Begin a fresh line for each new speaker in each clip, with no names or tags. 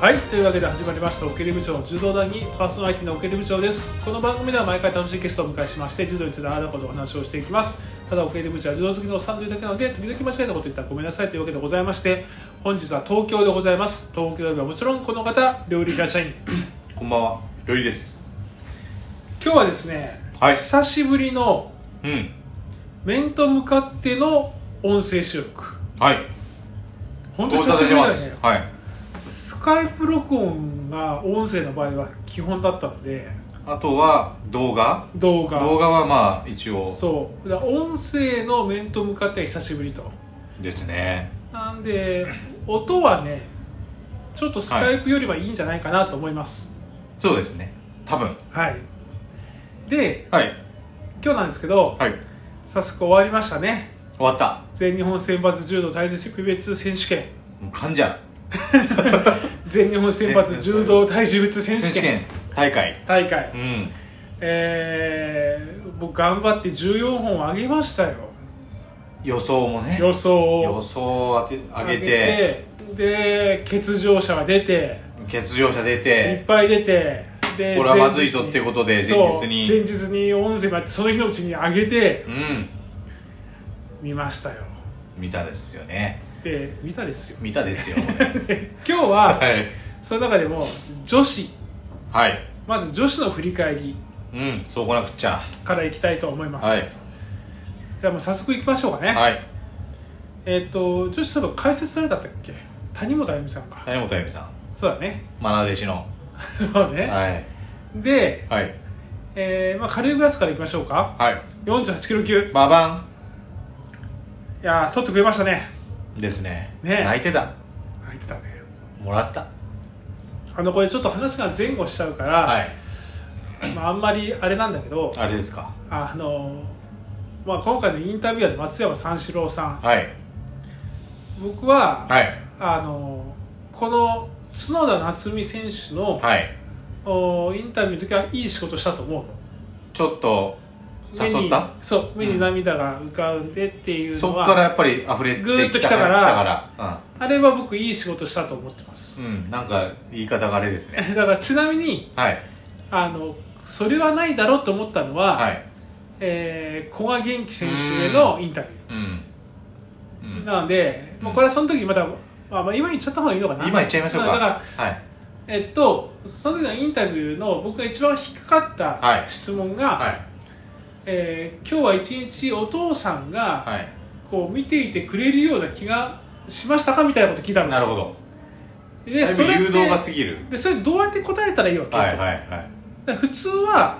はい、というわけで始まりました、オケリ部長の柔道談義、パーソナリティのオケリ部長です。この番組では毎回楽しいゲストをお迎えしまして、柔道についてあらことお話をしていきます。ただ、オケリ部長は柔道好きのおっさんというだけなので、時々間違えたこと言ったらごめんなさいというわけでございまして、本日は東京でございます。東京ではもちろんこの方、料理会社員。
こんばんは、料理です。
今日はですね、
はい
久しぶりの
うん。
面と向かっての音声収録。
はい。
本
ご無沙
久し
汰し
ぶり
ま
だよ
す
ね。。
はい。
スカイプ録音が音声の場合は基本だったので、
あとは動画。
動画。
動画はまあ一応
そうだから音声の面と向かっては久しぶりと
ですね。
なんで音はねちょっとスカイプよりはいいんじゃないかなと思います
そうですね。多分。
はい、で
はい。
今日なんですけど
はい。終
早速終わりましたね
わった。
全日本選抜柔道体重別別選手権
もう患者
全日本選抜柔道体重別選手
選手
権
権大会。
大会、
うん。
えー、僕頑張って14本あげましたよ
予想もね。
予想
予
を
想を当て上げて、
上げてで欠場者が出て
欠場者出、
いってぱい出て、で
これはまずいぞっていう
こ
ことで前日に。
前日に音声もやって、その日のうちに上げて、
うん。
見ましたよ。
見たですよね。
で、見たですよ。
見た ですよ。
今日は、
はい。
その中でも、女子、
はい。
まず女子の振り返り
うん。そうこなくっちゃ。
からいきたいと思います。
はい。
じゃあもう早速いきましょうかね。
はい。
えっ、と、女子、多分解説誰だったっけ谷本あゆみさんか。
谷本あゆみさん。
そうだね。
マナ弟子の。
そうね。
はい。
で、
はい。
えーまあ、軽いグラスからいきましょうか。
はい。
48キロ級。い
ババ
やー、取ってくれましたね。
ンですね。
ね
泣いてた。
入ってたね。
もらった。
あの、これちょっと話が前後しちゃうから、
はい。
まあ、あんまりあれなんだけど
あれですか。
あの、まあ、今回のインタビュアーで松山三四郎さん
はい。
僕は、
はい。
あのこの角田夏実選手の、
はい。
おインタビューの時はいい仕事したと思うの
ちょっと
目
誘
に
った
そう目に涙が浮かんでっていう
そ
のは、
っからやっぱり溢れて
ぐーっと
き
来
た
た
か
から
ら。来たから。
あれは僕いい仕事したと思ってます、
うん。うん。なんか言い方があれですね。
だからちなみに
はい。
あのそれはないだろうと思ったのは、
はい。
えー古賀元気選手へのインタビュー
うん。うん
なので、
うん
もうこれはその時また、まあ、まあ今言っちゃった方がいいのかな
今言っちゃいましょう
だから
か。はい。
えっとその時のインタビューの僕が一番引っかかっ
は
た
い
質問が、
はい。
えー今日は一日お父さんが
はい。
こう見ていてくれるような気がしましたかみたいなこと聞いたの
なるほど。
で
だい
そ
ぶ
れって
誘導が過ぎる。
でそれどうやって答えたらいいわけ、
はいはいはい。
で普通は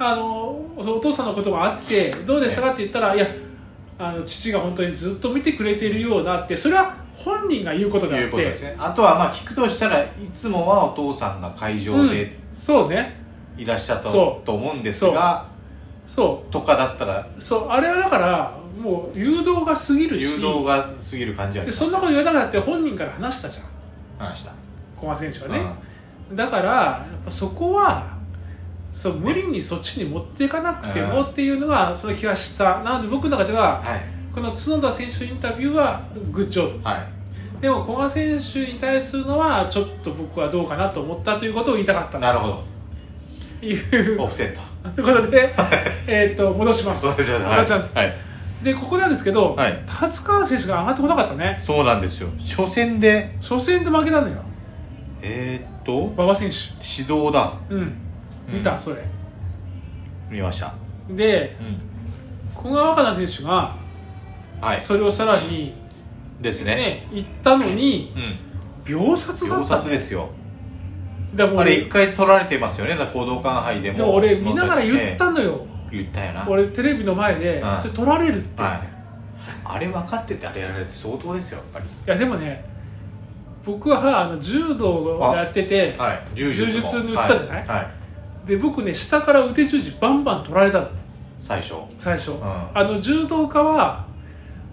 あのお父さんのことがあってどうでしたかって言ったら、いやあの父が本当にずっと見てくれてるようなってそれは本人が言うこと
と
であ
い
っ
うことで
て
すね。あとはまあ聞くとしたらいつもはお父さんが会場で
うん、そうね
いらっしゃった
そ
と思うんですが
そ
とかだったら
うそうあれはだからもう誘導が過ぎるし
誘導が過ぎる感じはあり
で
ま
そん
し
なこと言わなくなって本人から話したじゃん
た話した
古賀選手はね、だからやっぱそこはそう無理にそっちに持っていかなくても
うん
っていうのがその気がしたなので僕の中で
うん
は
はい
この角田選手のインタビューはグッジョブ
はい
でも古賀選手に対するのはちょっと僕はどうかなと思ったということを言いたかった
な
と
るほ
いう
どオフセット
ということで、えー、と戻します戻
じゃあ
します
はい
でここなんですけど、
はい
達川選手が上がってこなかったね
そうなんですよ初戦で
初戦で負けたのよ
えーっと
馬場選
指導だ
手うん
うん
見た、それ
見ました
で
うん
古賀若菜選手が
はい
それをさらに、
です
ね
ね
行ったのに
うん
秒殺だ
秒
った
殺ですよ
だから
あ
俺
れ一回取られてますよねだから行動感杯でも
でも俺見ながら言ったのよ、
言ったよな
俺テレビの前で
うん
それ取られるって言って、、
はいいあれ分かっててあれやられて相当ですよやっぱり
やでもね僕はあの柔道をやってて
はい柔
柔術
も
に打ってたじゃない
はいはい
で僕ね下から腕十字バンバン取られたの
最初
最初、
ん
あの柔道家は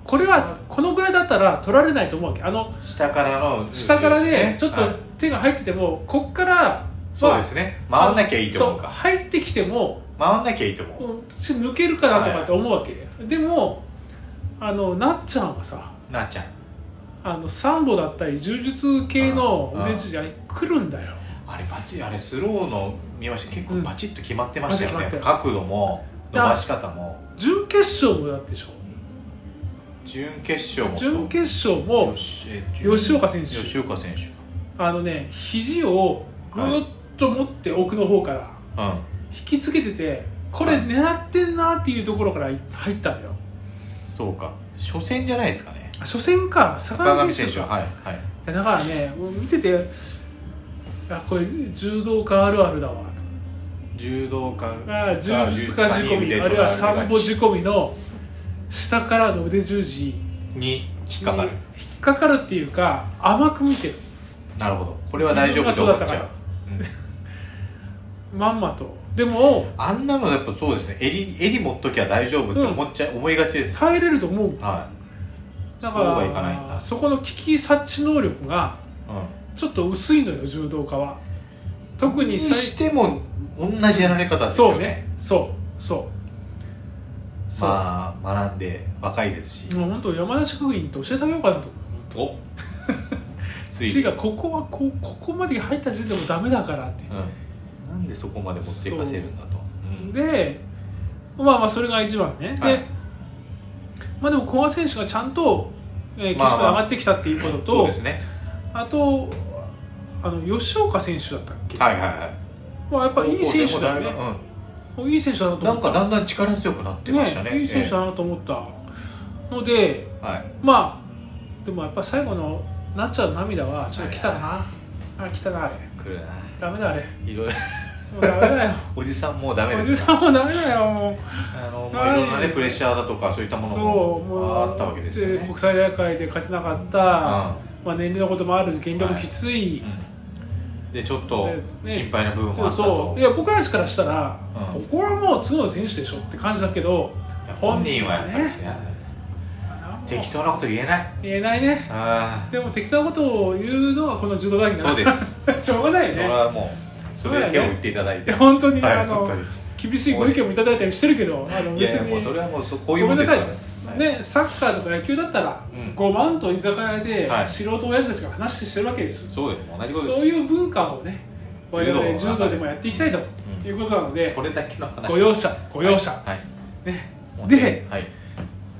これはこのぐらいだったら取られないと思うわけあの
下からの
下から
です
ね
ね
ちょっと
はい
手が入っててもこっからは
そうですね回んなきゃいいと思う
そ
か
入ってきても
回んなきゃいいと
う
思
ん抜けるかなとかって思うわけ、でもあのなっちゃんはさ
うなっちゃん
あのサンボだったり柔術系の
うん
腕筋が来るんだよ
あれバチあれスローの見ました結構
うん
バチッと決まってましたよ
バチ
ね
ッ、と決
角度も伸ばし方も
準決勝もだってでしょ
準決勝もそう
準決勝も
吉
吉岡選手
吉岡選手
あのね肘をぐーっと持って奥の方から
うん
引きつけててこれ
はい
狙ってんなっていうところから入ったんだよ
そうか初戦じゃないですかね
初戦か坂
坂
上
上
選
選
手
手
か
ははいはい
いやだからねもう見ててあこれ柔道家あるあるだわと
柔道家
あ柔術家仕込みあるいはサンボ仕込みの下からの腕十字
に引っかかる
に引っかかるっていうか甘く見てる
なるほどこれは大丈夫と思っち
自分がそうだ
ゃ
っ
う
たか、まんまとでも
うんあんなのやっぱそうですね襟襟持っときゃ大丈夫って思っちゃ、思いがちです
耐えれると思う
はい
だ
そう
か
はいかないん
ら
だ、
そこの危機察知能力が
う
ちょっと薄いのよ柔道家は特
ん、
に
に
最
しても同じやられ方です
そ
よ
うね
ね
そうそうそう、
まあ学んで若いですし、
もう本当山梨学院って教えてあげようかなと思う
おつい
違うここはこうここまで入った時点でもダメだからって
うん、なんでそこまで持っていかせるんだと、うん
でまあまあそれが一番ね、
はい
でまあでも古賀選手がちゃんと、えー、
まあ
岸から上がってきたっていうことと、
そうですね
あ、とあの吉岡選手だったっけ、
はいはいはい
まあ、やっぱいい選手だよ
高校でも
ね
いぶ
いい選手だなと
う
思っ
ん、
た
なんかだんだん力強くなってましたね
いい選手だなと思った、ので
ええはい
まあでもやっぱ最後のなっちゃう涙はちょっと来たな、あ来たなあれ
来るな
ダメだあ れ
いろいろ
もうダメだよ
おじさんもうダメ
お
で
じ
す
さんもダメだよもう
あの、まあ、いろんな
は
ね
い
プレッシャーだとかそういったもの
そうもう
もあったわけですよね
国際大会で勝てなかった、まあ、年齢のこともある減量もきつい、
うんうんでちょっと
ね
心配な部分
ち
も
ょ
あ
っと
ったと、
そういや僕たちからしたら、
うん
ここはもう角田選手でしょって感じだけど
本人はやっぱり、ね、適当なこと言えない
言えないね
あ
でも適当なことを言うのはこの柔道大
あ
学
そうです
しょうがないよ
それ
ね
はもうそれで手を打っていただい
い
て、
や本当に、
はい
あの
本当に
厳しいご意見もいただいたりしてるけどあの
い
別
やいや
に
もうそれはもうそこういうもんですからねはい
ね、サッカーとか野球だったら、
うん
5万と居酒屋で
はい
素人親父たちが話してるわけですよ、
そうです同じことです
そういう文化をね我々
柔道の
柔
中で
道でもやっていきたいと
うん
いうことなので、
それだけの話
ご容赦ご容赦、
はい、
ね
はい
で
はい、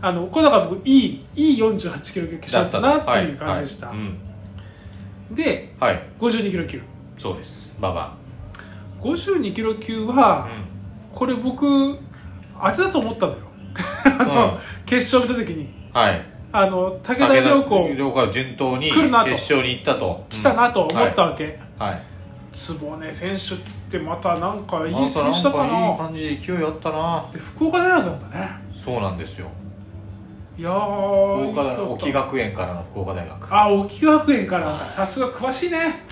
あのこの中僕いいいい48キロ級決勝だったなっていう感じでした、
はいはいうん
で
はい
52キロ級
そうですババ
52キロ級は、
う
これ僕当てだと思ったのよあの、
うん
決勝見た時に
んはい
あの武田良子
良子は順当に
来
決
るなと
勝に行ったと
来たなと思った
は
わけ、
い、はい
坪根選手ってまたなんかい
あ
い
なた
選手だった
なんかいい
な
感じで勢いあったな
で福岡大学なんだね
そうなんですよ
いや
福
ー
岡大
いい
沖学園からの福岡大学
あ沖学園からなんださすが詳しいね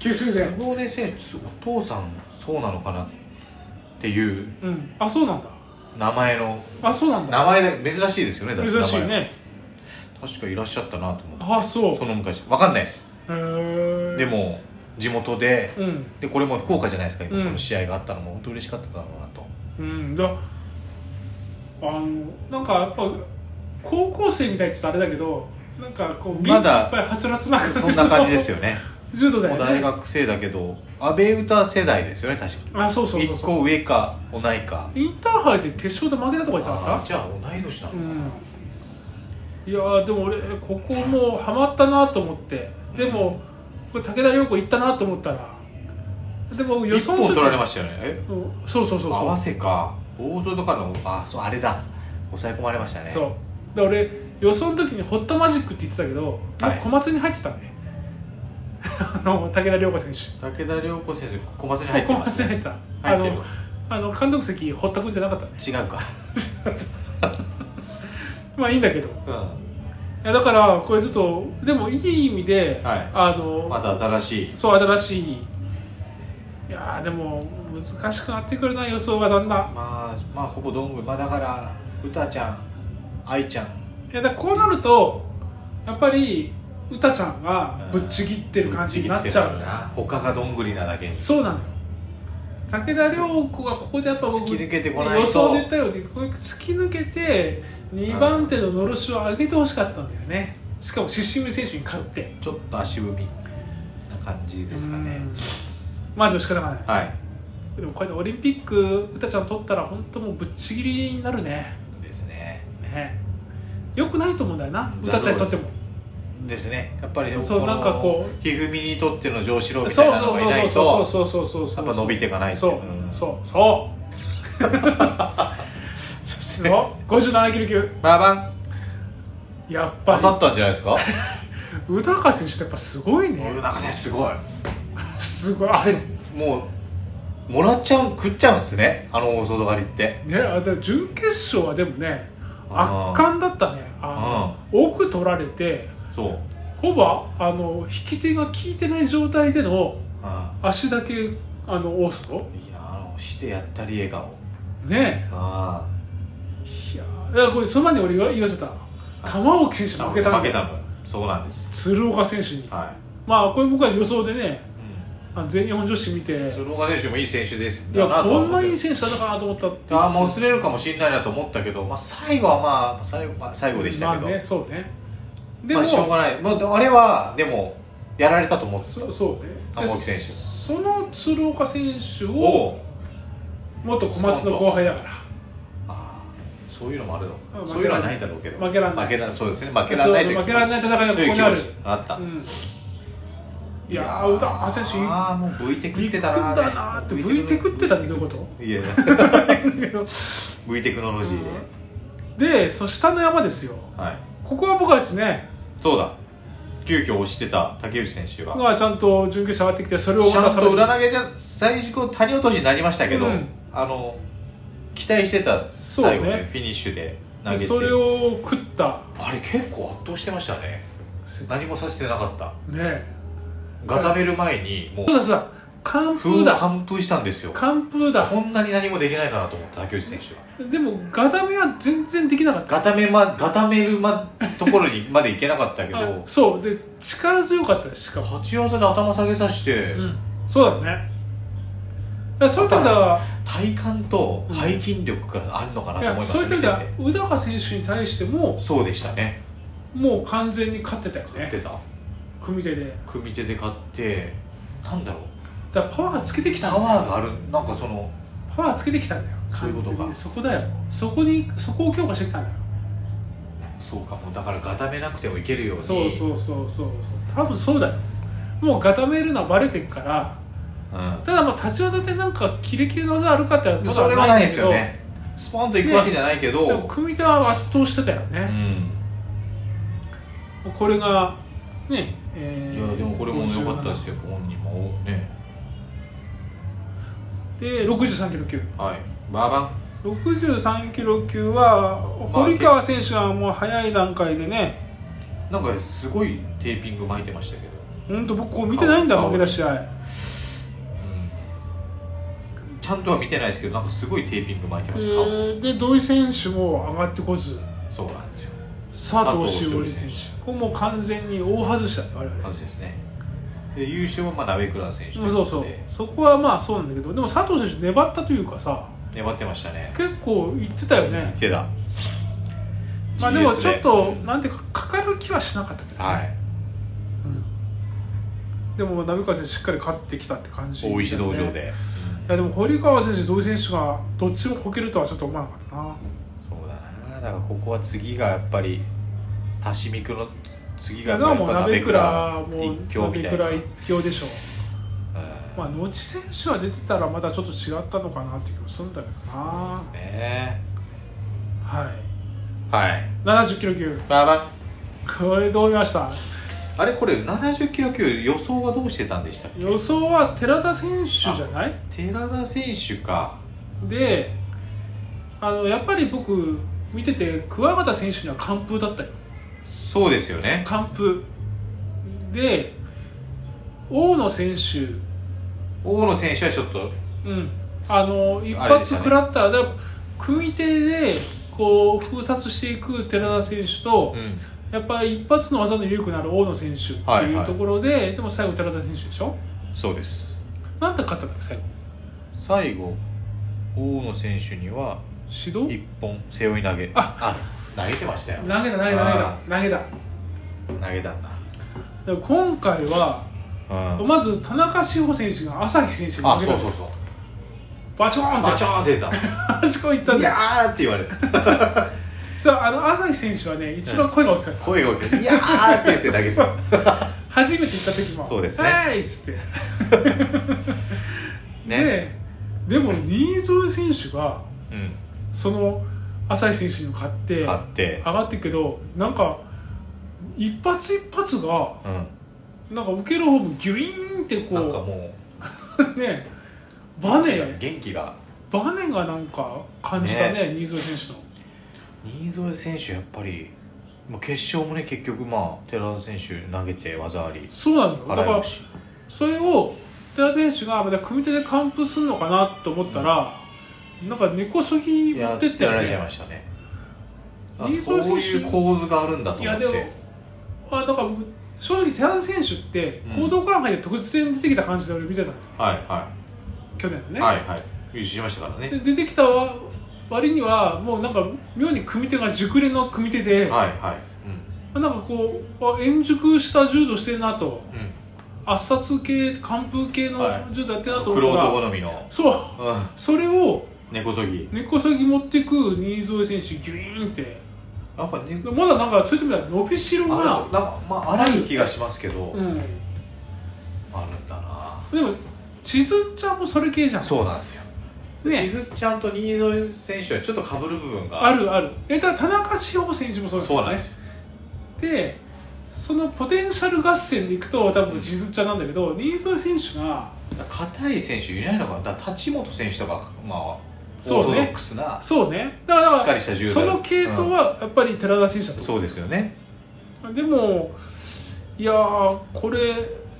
九州で
久保根選手お父さんそうなのかなっていう
うんあそうなんだ
名前の
あそうなんだ
名前で珍しいですよねだって
珍しい
名前
ね
確かいらっしゃったなと思
あそう
うその昔わかんないです
へー
でも地元で
うん
でこれも福岡じゃないですか今
うん
この試合があったのも本当嬉しかっただろうなと
うんだあのなんかやっぱ高校生みたいって言ったらあれだけどなんかこう
まだ
いっぱいはつらつな感じ
そんな感じですよね
柔道だ
もう
よ
大
ね
学生だけど阿部詩世代ですよね確か
あそうそうそう
一
そう
個上か同いか
インターハイで決勝で負けたとか言ったか
あーじゃあ同い年な
ったう
の
んいやーでも俺ここもうハマったなと思ってでもこれ武田良子行ったなと思ったらでも予
一
想
本
の
取
時
られましたよねえ
うんそうそうそう
合
そ
わ
う
せか大外とかのあそうあれだ抑え込まれましたね
そうで俺予想の時にホットマジックって言ってたけど、
はい
小松に入ってたね あの武田良子選手
武田涼子選手小松に入って
小
ま
松
す、
に入
ね
っ、たあ
入ってる
のあの監督席堀田君じゃなかったね
違うか
まあいいんだけどい
うん
やだからこれちょっとでもいい意味で、
はい
あの、
また新しい
そう新しいいやーでも難しくなってくるな予想がだんだん
まあまあほぼどんぐりまあだから歌ちゃん愛ちゃん
いやだからこうなるとやっぱり歌ちゃんがぶっちぎってる感じになっちゃう
な他がどんぐりなだけに
そうなのよ武田良子がここでやっぱ僕
突き抜けてこない
予
と
想で言ったようにこういう突き抜けて2番手ののろしを上げてほしかったんだよねしかも出身の選手に勝って
ちょっと足踏みな感じですかね
うんまあでも仕方がない、
はい
でもこれでオリンピックうたちゃん取ったら本当もうぶっちぎりになるね
ですね
ねよくないと思うんだよなう
ザ
たちゃんにとっても
ですねやっぱり
そうなんかこう
うひふみにとっての上司郎みたい
そう
なの
そう
がいない
そう
と
そうそうそうそうそう
やっぱ伸びていかないってい
そうう
うん
そうそうすごい57キロ級
ババン
やっ
当た
ぱ
ったんじゃないですか
り宇高選手ってやっぱすごいね
お腹ねすごい
すごいあれ
もうもらっちゃう食っちゃうんですねあの大外刈りって
ねあで準決勝はでもね
あー
圧巻だったねあの奥取られて
そう
ほぼあの引き手が効いてない状態での
あ
足だけあの大外
あいいなあのしてやったり笑顔
ね
あ
いやーだからこれその前に俺が言わせた玉置選手
あ
負けたん
負
だ
け
よ
たのそうなんです
鶴岡選手に
は
まあこれ僕は予想でね
い、う
あの全日本女子見て
ん、鶴岡選手もいい選手です
いや
だと
こ
は
ん
思っ
な
て
いい選手だったかなと思ったっていう
ああもう薄れるかもしれないなと思ったけど、まあ、最後はまあ最後,、まあ、最後でしたけど、
まあ
まあ
ねそうねでも、
しょうがない、まあ、あれはでもやられたと思って
そそうね
玉置選手
でその鶴岡選手
た
を元小松の後輩だか
ああそういうのもあるのか
あ
な
負けられない
そういうのはないだろうけど
負けられない
負けらそうですね負けられないという
そう負けられない戦いがここにある
という気持ちあった、
ら、うん、いやー宇田選手
ああもう V テクってたな
びっくりだなーって V テクってたってどういうこと
い や V テクノロジーで、
でそう下の山ですよ
はい
ここは僕はですね
そうだ急遽押してた竹内選手が
僕はちゃんと準決勝上がってきてそれを
ちゃん
渡され
と
る
裏投げじゃ最初谷落としになりましたけど、
うん
あの期待してた
そうね
最後ねフィニッシュで投げて
それを食った
あれ結構圧倒してましたね何もさせてなかった
ねえ
ガタベル前にもう
そうだそうだ完
風
封
を
だ
完封したんですよ
完封だ
こんなに何もできないかなと思った竹内選手は
でもガダメは全然できなかった
ガタメまガタメルまところにまでいけなかったけ
あ
ど
そうで力強かったしかも、
八技で頭下げさせて、
うん、そうだねだからそういった意味では
体幹と背筋力があるのかないと思い
や
まし
そう
た、
いった意味で
見て
は
て
宇高選手に対しても
そうでしたね
もう完全に勝ってたよ
勝っ
ね
てた
組み手で
組手で勝ってなんだろう
だからパワーつけてきた
パワーがあるなんかその
パワーつけてきたんだよ
そういうことか
完全にそこだよそこにそこを強化してきたんだよ
そうかもうだからガタめなくてもいけるように
そうそうそうそうそう多分そうだよもう固めるのはバレてるから
うん
ただまあ立ち技でなんかキレキレの技あるかって言ったら
それ
ま
は
だ
ない
ん
で
だ
す
け
よ
ど
ねスポンといくわけじゃないけど、
でも組み手は圧倒してたよ
う
ね、
ん
これがねえ
い
ー
やでもこれも良かったですよ本人もね
で63キロ級
はいバーバン
63キロ級は
まあ
堀川選手はもう早い段階でね
なんかすごいテーピング巻いてましたけど、
本当僕こう見てないんだ
顔
負けた試合
うん、ちゃんとは見てないですけどなんかすごいテーピング巻いてま
え
した、顔
ーで土井選手も上がってこず
そうなんですよ
佐藤
佐藤
志織
栞里
選
選
手
手
これもう完全に大外したね我々
感じですねで優勝はまあ鍋倉選手と
う
い
ん
う
そ
こ
うそ
と
う
で
そこはまあそうなんだけどでも佐藤選手粘ったというかさ
粘ってましたね
結構言ってたよね
手だ
まあでも
GS
ちょっと
うん
なんていうかかかる気はしなかったけどね、
はい
うんでも鍋川選手しっかり勝ってきたって感じ、
大石道場
い
で、
やでも堀川選手土井選手がどっちもこけるとはちょっと思わなかったな
そうだなだからここは次がやっぱり多シミクの次が
だ
や
から
っ
も
ぱ
う
鍋
鍋
倉
倉も
一強
鍋
みたいな
倉一強でしょ
うん
まあ後選手は出てたらまたちょっと違ったのかなっていう気もするんだけどな
ね
はい
はい
70キロ級
まあま
これどう見ました
ああれこれ70キロ級予想はどうしてたんでしたっけ
予想は寺田選手じゃない
寺田選手か
であのやっぱり僕見てて桑形選手には完封だったよ
そうですよね
完封で大野選手、
大野選手はちょっと
うん、あの一
あれでし
発食
たね
らったら、だから組み手でこう封殺していく寺田選手と、
ん
やっぱり一発の技の有くなる大野選手って
はい
い
は
う
い
ところで、でも最後寺田選手でしょ
そうです
なんて勝ったんだっけ最後
最後大野選手には
指導
一本背負い投げあ投げてましたよ
投げた投げた投げた投げた
投げたんだ
でも今回は
うん
まず田中志保選手が朝日選手に
あ
負け
そ
た
うそうそう
バチョーンって
バチョーンって 出た
あそこ行ったん
い
だ
やーって言われた
そうあの朝日選手はね一番声が大きかった、
声が大きいいやーって言って投げてた
初めて行った時も
そうですね
はーい!」っつって
ね
ででも新添選手が
うん
その朝日選手に勝って
勝って
上がってくけどなんか一発一発が
うん
なんか受ける方もギュイーンってこ
なんか
う
も
ねバ
う元気が
ネ
元気が
バネがなんか感じたね新添選手の
新添選手やっぱりまあ決勝もね結局まあ寺田選手投げて技あり
そうなのよだか
払い
ら
腰
それを寺田選手がまた組み手で完封するのかなと思ったら、なんか根こそぎ
い
持
や
ってった
や
よ
られちゃい
ね
ましたねあ
新
そう
添選手
いう構図があるんだと
い
思っ
や
て
でもあだから僕正直寺田選手って
うん
行動感配で突然出てきた感じで俺見てたのよ
はいは
去年の
い、
ね、
はいはい優勝しましたからね
で出てきた割にはもうなんか妙に組み手が熟練の組み手で、
はいはい
なんかこうあ円熟した柔道してるなと
うん、うん
圧殺系寒風系の
はい
柔道やってるなと
ク
思
ロ
ったら、
好みの、
そう
うん、
それを
根こそぎ
根こそぎ持ってく新添選手ギュイーンって
やっぱ根こ
まだなんかそういった意味では伸びしろ
あ
が、
なんかまあ荒い気がしますけど、
うん、で
あるんだな
も千鶴ちゃんもそれ系じゃん
そうなんですよ
ね
千鶴ちゃんと新添選手はちょっと被る部分が
あるあるえただ田中志保選手もそう
そうなんですよ
でそのポテンシャル合戦でいくと多分千鶴ちゃんなんだけど新添選手が
硬い選手いないのかなだから立本選手とかまあ
そ
オー
う
ソ
ね
ドックスな、
そうねだから
しっかりした柔道
その系統はやっぱり寺田選手だと思う
そうですよね
でもいやーこれ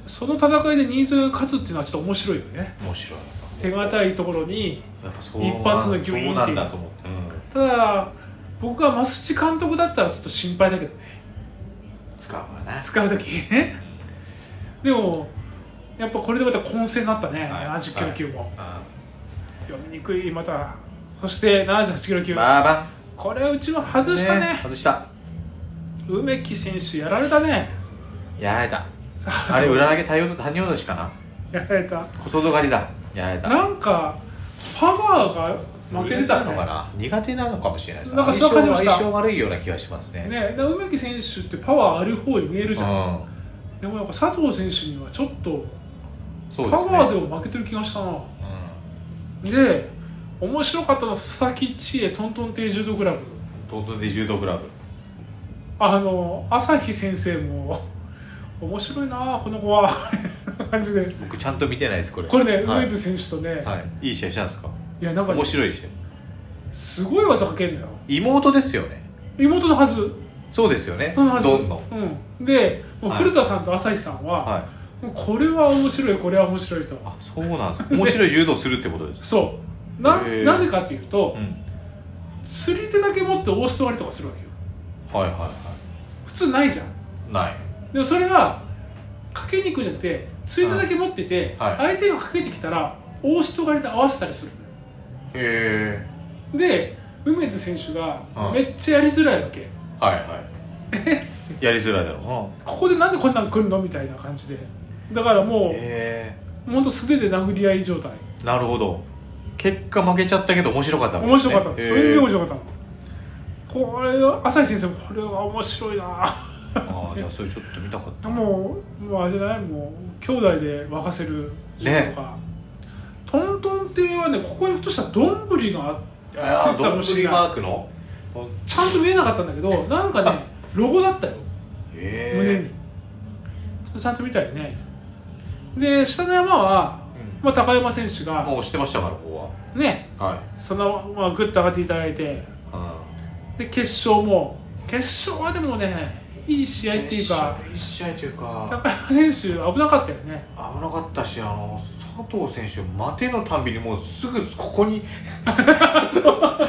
その戦いで新添が勝つっていうのはちょっと面白いよね
面白い
手堅いところに
やっぱそう
一発のギュイーンっていう
そうなんだと思って、うん
ただ僕が増淵監督だったらちょっと心配だけどね
使うからな
使う時 ねでもやっぱこれでまた混戦になったね、
はい
70キロ級も、
あ
読みにくいまたそして78キロ級、
バーバン
これうちは外したね
外した
梅木選手やられたね
やられたあれ裏投げ対応と谷落としかな
やられた
小外刈りだやられた
なんかパワーが負けてた
の
ね
かな苦手なのかもしれないです
なんか
相
そう感じ
性
ました
相性悪いような気がしますね
ね、だから梅木選手ってパワーある方に見える
うん
じゃん、でもなんか佐藤選手にはちょっとパ
そうですね
ワーでも負けてる気がしたなで,、面白かったのは佐々木千恵トントン定柔道クラブ
うん東東で柔道クラブ
あの朝日先生も 面白いなあこの子は感じで
僕ちゃんと見てないですこれ
これね、
はい
梅津選手とね、
はいいい試合したんですか
い、やなんかね
面白いでしょ
すごい技かけるのよ
妹ですよね
妹のはず
そうですよね
そのはず
どんどん
うん、でもう
はい
古田さんと朝日さんは、
はい
もうこれは面白いこれは面白いと
あそうなん ですか面白い柔道するってことです
そうな
へえ
なぜかというと
うん
釣り手だけ持って押しとわりとかするわけよ
はいはいは
普通ないじゃん
いない
でもそれがかけに行くんじゃなくて釣り手だけ持ってて、
はい
相手がかけてきたら押しとがりで合わせたりする
へえ
のよで梅津選手が
うん
めっちゃやりづらいわけ、
はいはいやりづらいだろうな
ここでなんでこんなん来んのみたいな感じでだからも
へ
うほんと素手で殴り合い状態
えなるほど結果負けちゃったけど面白かったわけで
面
す
白
ね
かったのすんげ
へ
え
え
面白かったのこれは朝日先生もこれは面白いな
ああじゃあそれちょっと見たか った
もうもうあれじゃないもう兄弟で沸かせる
ね
か、トントン亭はねここにふとしたどんぶりがあって
ああ
セット
ど
アッ
ん
プ
ぶ
し
り
ない
マークの
ちゃんと見えなかったんだけどなんかねロゴだったよ
へえ
胸にそれちゃんと見たいねで下の山は、
うん
まあ、高山選手が
もう押してましたからこ
ね
こははい
そのままグッと上がっていただいて
う
で決勝も決勝はでもねいい試合っていうか
一試合というか
高山選手危なかったよね
危なかったしあの佐藤選手待てのたんびにもうすぐここ に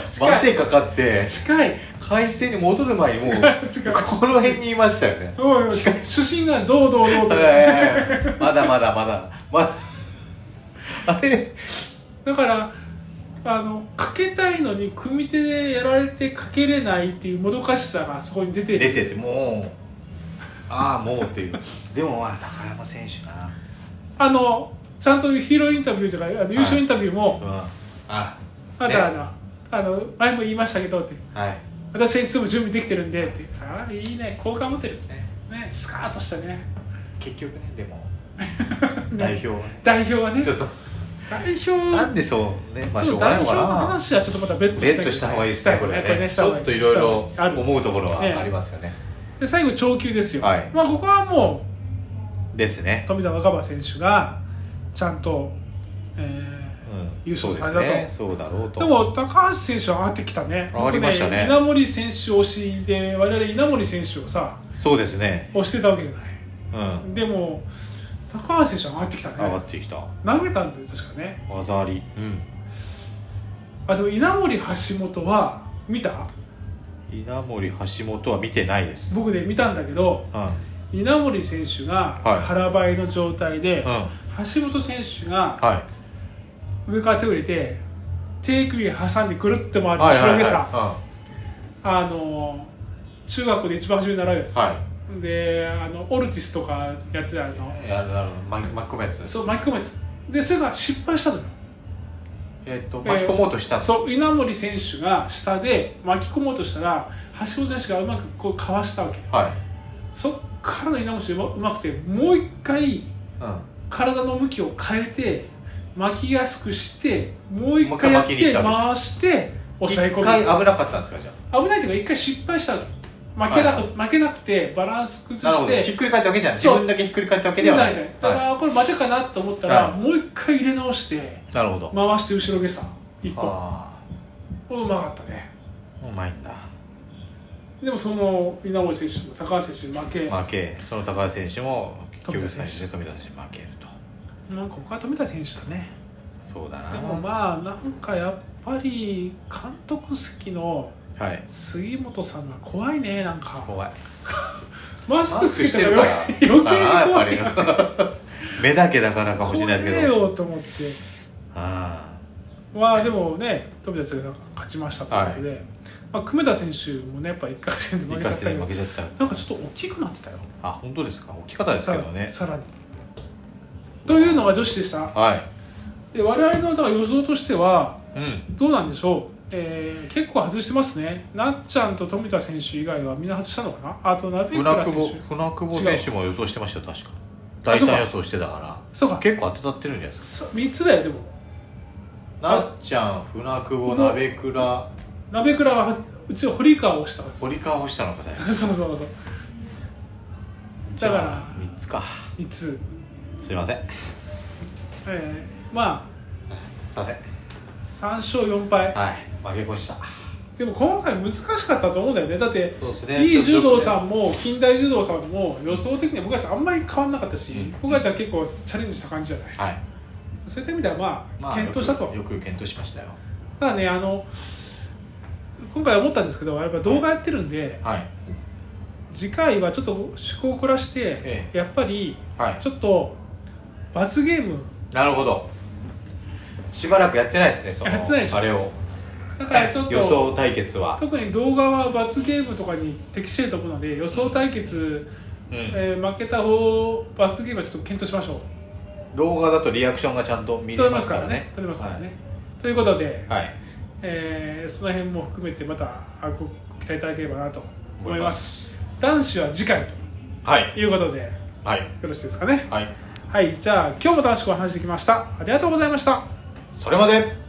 近
待
い
てかかって
近い
回戦に戻る前にもう
近い
ここの辺にいましたよ ね
うん主審がどうどうどうと
だ からまだまだまだまだあれ
だからあのかけたいのに組み手でやられてかけれないっていうもどかしさがそこに出て
出
る
ててもうああもうっていうでもまあ高山選手な
あのちゃんとヒーローインタビューとかあの優勝インタビューも、
うんあ
あ
ね
とあの,、あの前も言いましたけどって
はい
私はいつでも準備できてるんでってああいいね好感持てる
ね
ねスカーッとしたね
結局ねで も
ね
代表はね
代表はね
ちょっと
代表
なんでそうねまあ
ち
し
ょ
ょ
っと
うが
代
ないの
表の
かな
話はちょっとまた別途
ベットした方がいいですねこれ
やっぱり
ね
し
ち
た方
ょ
がい
っ
い
といろいろ
ある
思うところは
ええ
ありますよね
で最後長球ですよ、
はい
まあ、ここはも
です
う
ね
富田若葉選手がちゃんと、え
うん
優勝
そうで
さ
す
れた
ね
と
そうだろう
ー
と
でも高橋選手は上がってきたね
上がりましたね
僕稲森選手推しで我々稲森選手をさ
そうですね
推してたわけじゃない
うん
でも高橋選手は上がってきた
上が
ね
ってきた
投げたんだよ確かね
技ありうん
あでも稲森橋本は見た
稲森橋本は見てないです
僕で見たんだけど
うん
稲森選手が
はい
腹ばいの状態で、
うんは
橋本選手が
い
上から手を入れて手首挟んでくるって回って
はい
後ろ
はい
下げさ、
は
あの中学校で一番初めに習うや
い
つ、
はい
であのオルティスとかやってたあの
やるなる巻き巻き込むやつ
そう巻き込むやつでそれが失敗したのよ
えっと巻き込もうとしたんです
そう稲森選手が下で巻き込もうとしたら橋本選手がうまくこうかわしたわけ
はい
そっからの稲森選手うまくてもう一回
うん
体の向きを変えて巻きやすくしてもう一
もう一
回
回
やっ
巻きに行
て
った
回して抑え込
一
む
回危なかったんですかじゃ
危ないというか一回失敗したわけ負けなく、
は
負けなくてバランス
あ
崩
なる
し
ほど
て
ひっくり返ったわけじゃない自
そう
分だけひっくり返ったわけではない
ないだからこれ待てかなと思ったら、
は
もう一回入れ直して
いなるほど
回して後ろ下さ一本
あ
うまかったね
あうまいんだ
でもその稲森選手も高橋選手も負け、
負けその高橋選手も結局
富田
最
選
終で富田選手負けると
なんか他は富田選手だね
そうだ
でも
な
まあなんかやっぱり監督席の
はい
杉本さんが怖いねなんか
怖い
マス
マ
ク
ス
つ
ク
け
してて
る
る
か
からら
余計に怖い
あーやっ ぱり目だけだからかもしれないですけど
怖えよと思って
あ
まあでもね、富田選手が勝ちましたということで、まあ、久米田選手もね、やっぱ1回戦で
あ
負
一
けちゃ
回
ったけ
戦で
ど
負、けちゃった
なんかちょっと大きくなってたよ、
あ本当ですか大きかったですけどね
さらに。というのが女子でした、
は
で我々のだから予想としては、
いうん
どうなんでしょう、えー結構外してますね、なっちゃんと富田選手以外はみんな外したのかな、あと鍋
船
倉
久
選
保
手、
船久保選手も予想してましたよ確か
あ
大
そうか
体予想してたか
そう
ら
か、
結構当てたってるんじゃないですか
3つだよ、でも、
なっちゃん船久保鍋倉
鍋倉はうちは堀川を押したんです
堀川干したのか最後
そうそうそう、
じ
だから
ゃあ3つか
3つ、
すいません
えーまあ、
すいません
3勝4敗。
はい負け越した
でも今回難しかったと思うんだよねだって
そうです
いい柔道さ
ん
んも近代柔道さんも予想的には僕たちあんまり変わんなかったし
うん
僕たちは結構チャレンジした感じじゃない
はい
そういった意味ではまあ、
まあ
検討したと
よくよく検討しましたよ
ただねあの今回思ったんですけどやっぱ動画やってるんで
はい
次回はちょっと趣向を凝らして、
え
やっぱり
はい
ちょっと罰ゲーム
なるほどしばらくやってないですねその
やってないでしょ
あれを
だからちょっ
予
と
想対決は
特に動画は罰ゲームとかに適してると思うので予想対決、
うん
えー負けた方罰ゲームはちょっと検討しましょう
動画だとリアクションがちゃんと
取
見れ
れ
ま
ます
す
か
からら
ね
ね。
取れますからね。ということで、
はいはい
えーその辺も含めてまたあごご期待いただければなと思
思
い
い
ま
ますす。
男子は次回
はい
ということでよ
はい
ろしいですかね。
はい
はい、じゃあ今日も楽しくお話しできました。ありがとうございました。
それまで